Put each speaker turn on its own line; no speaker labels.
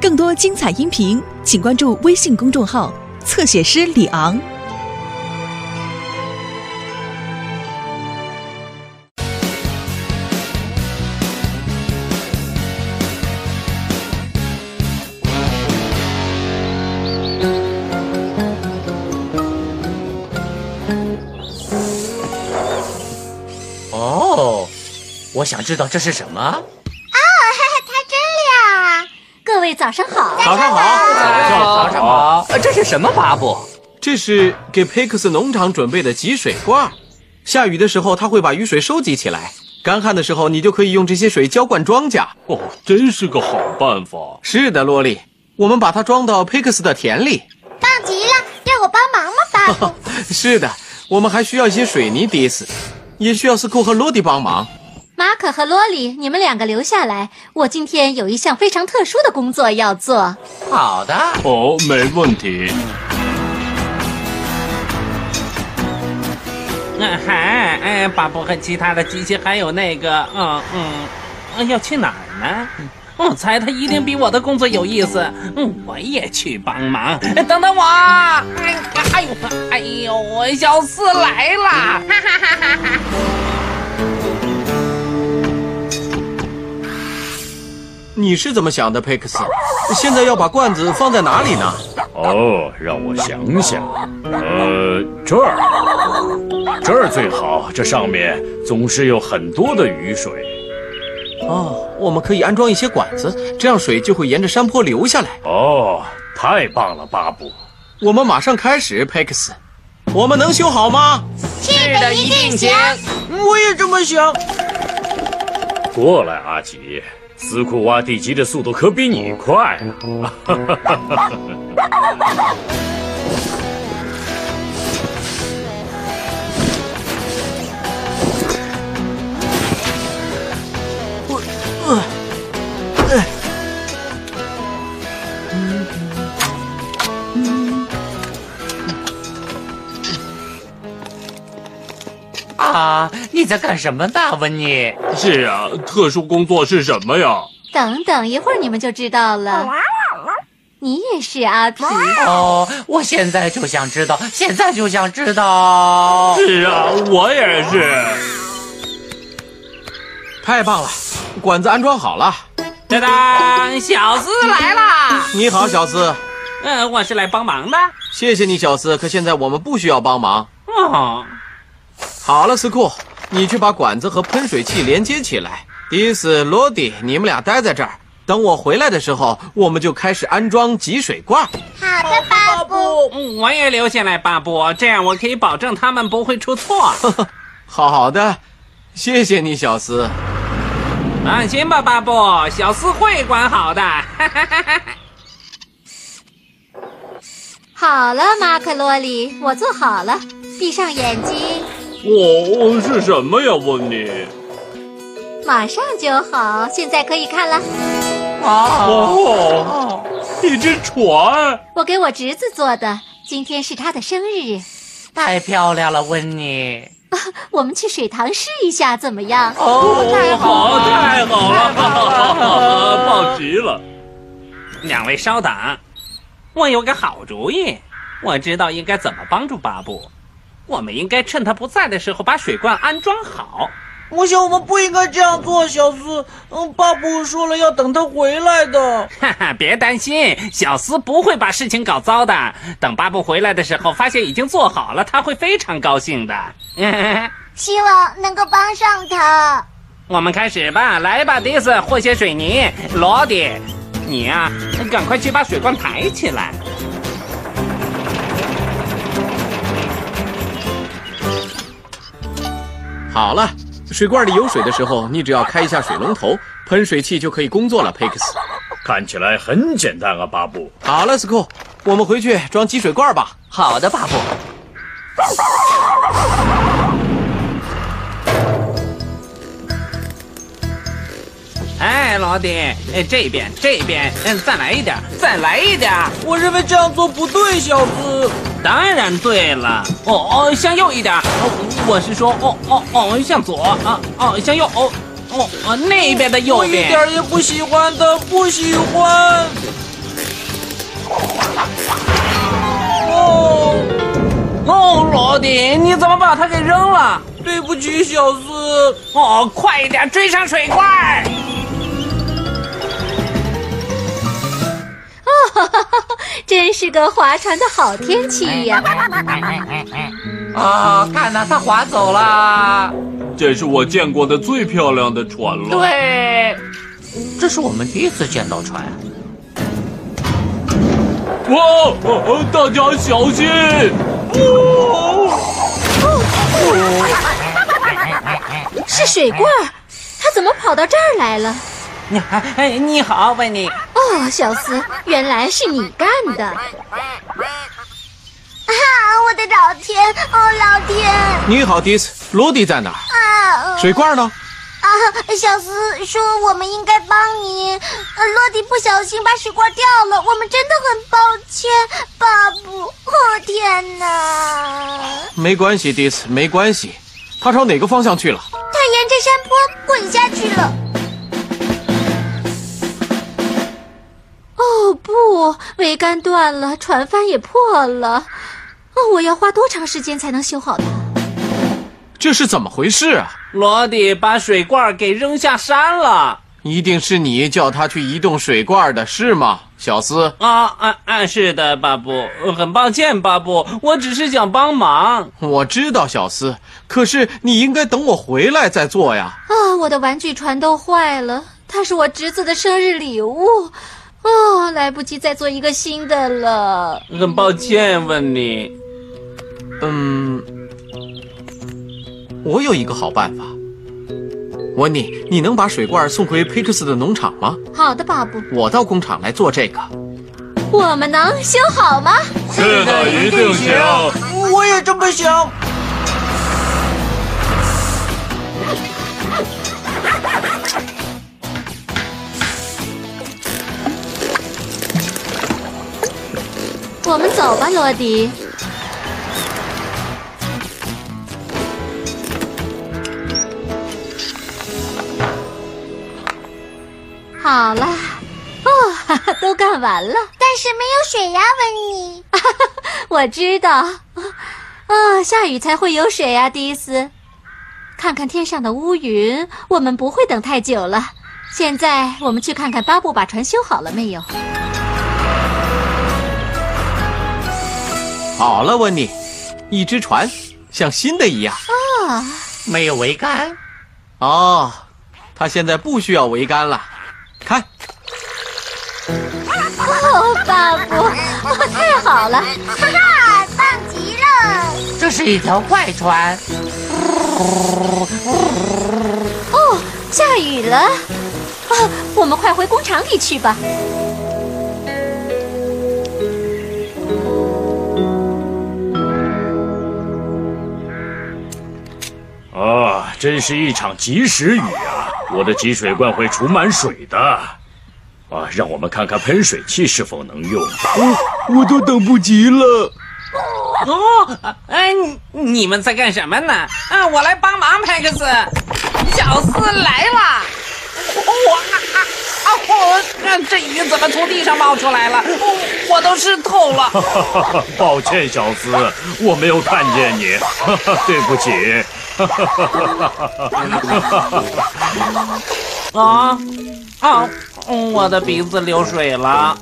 更多精彩音频，请关注微信公众号“侧写师李昂”。
哦，我想知道这是什么。
它真亮啊！各位早上好，
早上好，早上好，早上好。呃，这是什么抹布？
这是给佩克斯农场准备的集水罐，下雨的时候它会把雨水收集起来，干旱的时候你就可以用这些水浇灌庄稼。
哦，真是个好办法。
是的，洛丽，我们把它装到佩克斯的田里。
棒极了！要我帮忙吗，巴 布？
是的，我们还需要一些水泥滴子，也需要斯库和罗迪帮忙。
马可和洛里，你们两个留下来，我今天有一项非常特殊的工作要做。
好的，
哦，没问题。
嗯，还哎，巴布和其他的机器还有那个，嗯嗯嗯，要去哪儿呢？我猜他一定比我的工作有意思，嗯，我也去帮忙。哎等等我，哎哎呦，哎呦，我小四来了，哈哈哈哈哈！
你是怎么想的，佩克斯？现在要把罐子放在哪里呢？
哦，让我想想，呃，这儿，这儿最好，这上面总是有很多的雨水。
哦，我们可以安装一些管子，这样水就会沿着山坡流下来。
哦，太棒了，巴布。
我们马上开始，佩克斯。我们能修好吗？
是
哎
的，一定行。
过来，阿吉，斯库挖地基的速度可比你快啊！
啊，你在干什么呢，温妮？
是啊，特殊工作是什么呀？
等等，一会儿你们就知道了。你也是阿皮，
哦，我现在就想知道，现在就想知道。
是啊，我也是。
太棒了，管子安装好了。
当当，小四来了，
你好，小四，
嗯，我是来帮忙的。
谢谢你，小四。可现在我们不需要帮忙。
哦，
好了，斯库，你去把管子和喷水器连接起来。迪斯、罗迪，你们俩待在这儿，等我回来的时候，我们就开始安装集水罐。
好的，巴布。
嗯我也留下来，巴布，这样我可以保证他们不会出错。
好的，谢谢你，小斯。
放心啊吧，巴布，小四会管好的。
好了，马可洛里，我做好了，闭上眼睛，
我是什么呀？问你，
马上就好。现在可以看了，
哦，一只船，
我给我侄子做的，今天是他的生日，
太漂亮了，温妮。
我们去水塘试一下怎么样？
哦，太好
好，
了！
太好了，哈哈哈棒极啊了！
两位稍等，我有个好主意，我知道应该怎么帮助巴布。我们应该趁他不在的时候把水罐安装好。
我想我们不应该这样做，小四。嗯，巴布说了要等他回来的。
哈哈， 别担心，小斯不会把事情搞糟的。等巴布回来的时候，发现已经做好了，他会非常高兴的。
希望能够帮上他。
我们开始吧，来吧，迪斯，和些水泥，罗迪，你呀、赶快去把水罐抬起来。
好了，水罐里有水的时候，你只要开一下水龙头，喷水器就可以工作了，佩克斯。
看起来很简单啊，巴布。
好了，斯库，我们回去装集水罐吧。
好的，巴布。
哎，罗迪，哎这边，这边，嗯，再来一点，再来一点。
我认为这样做不对，小四。
当然对了，哦哦，向右一点，哦，我是说，哦哦哦，向左啊，哦，向右，哦哦，哦那边的右
我一
边。
点儿也不喜欢它，不喜欢。哦，
哦，罗迪，你怎么把它给扔了？
对不起，小四。
哦，快一点追上水怪！
真是个划船的好天气
哎
呀、
啊，看呐、它划走了。
这是我见过的最漂亮的船了。
对，这是我们第一次见到船。
哇、哦哦大家小心！
哎
是水罐儿，它怎么跑到这儿来了？
你哎，你好，维尼。
哦，小斯，原来是你干的！
啊！我的老天，哦，老天
啊
你好，迪斯，罗迪在哪儿？
哦
啊！
水罐呢？
啊，小斯说我们应该帮你，呃，落地不小心把水罐掉了，我们真的很抱歉，巴布。哦，天哪！
没关系，迪斯，没关系。他朝哪个方向去了？
它沿着山坡滚下去了。
哦不，桅杆断了，船帆也破了。哦，我要花多长时间才能修好它？
这是怎么回事啊？
罗迪把水罐给扔下山了。
一定是你叫他去移动水罐的，是吗，小斯？
啊啊啊！是的，巴布，呃很抱歉，巴布，我只是想帮忙。
我知道，小斯，可是你应该等我回来再做呀。
啊，我的玩具船都坏了，它是我侄子的生日礼物。哦，来不及再做一个新的了。
很抱歉，问你，
嗯，我有一个好办法。温妮，你能把水罐送回佩克斯的农场吗？
好的，巴布，
我到工厂来做这个。
我们能修好吗？
是的，一定行。
我也这么想。
我们走吧，罗迪。好了，哦， 哈哈，都干完了。
但是没有水呀，温妮。
我知道，啊、下雨才会有水啊，迪斯。看看天上的乌云，我们不会等太久了。现在我们去看看巴布把船修好了没有？
好了，温妮，一只船，像新的一样。
没有桅杆，
哦，他现在不需要桅杆了。看，
哦，巴布，哦，太好了！
哈哈，棒极了！
这是一条怪船。
哦，下雨了，啊，我们快回工厂里去吧。
啊，真是一场及时雨啊！我的集水罐会储满水的。啊，让我们看看喷水器是否能用。
我都等不及了。
哦，哎，你你们在干什么呢？啊，我来帮忙，派克斯，小斯来啦！哇啊啊！我、啊，这鱼怎么从地上冒出来了？哦我都湿透了。
哈哈哈，抱歉，小斯，我没有看见你， 哈哈，对不起。
哦啊啊！我的鼻子流水了。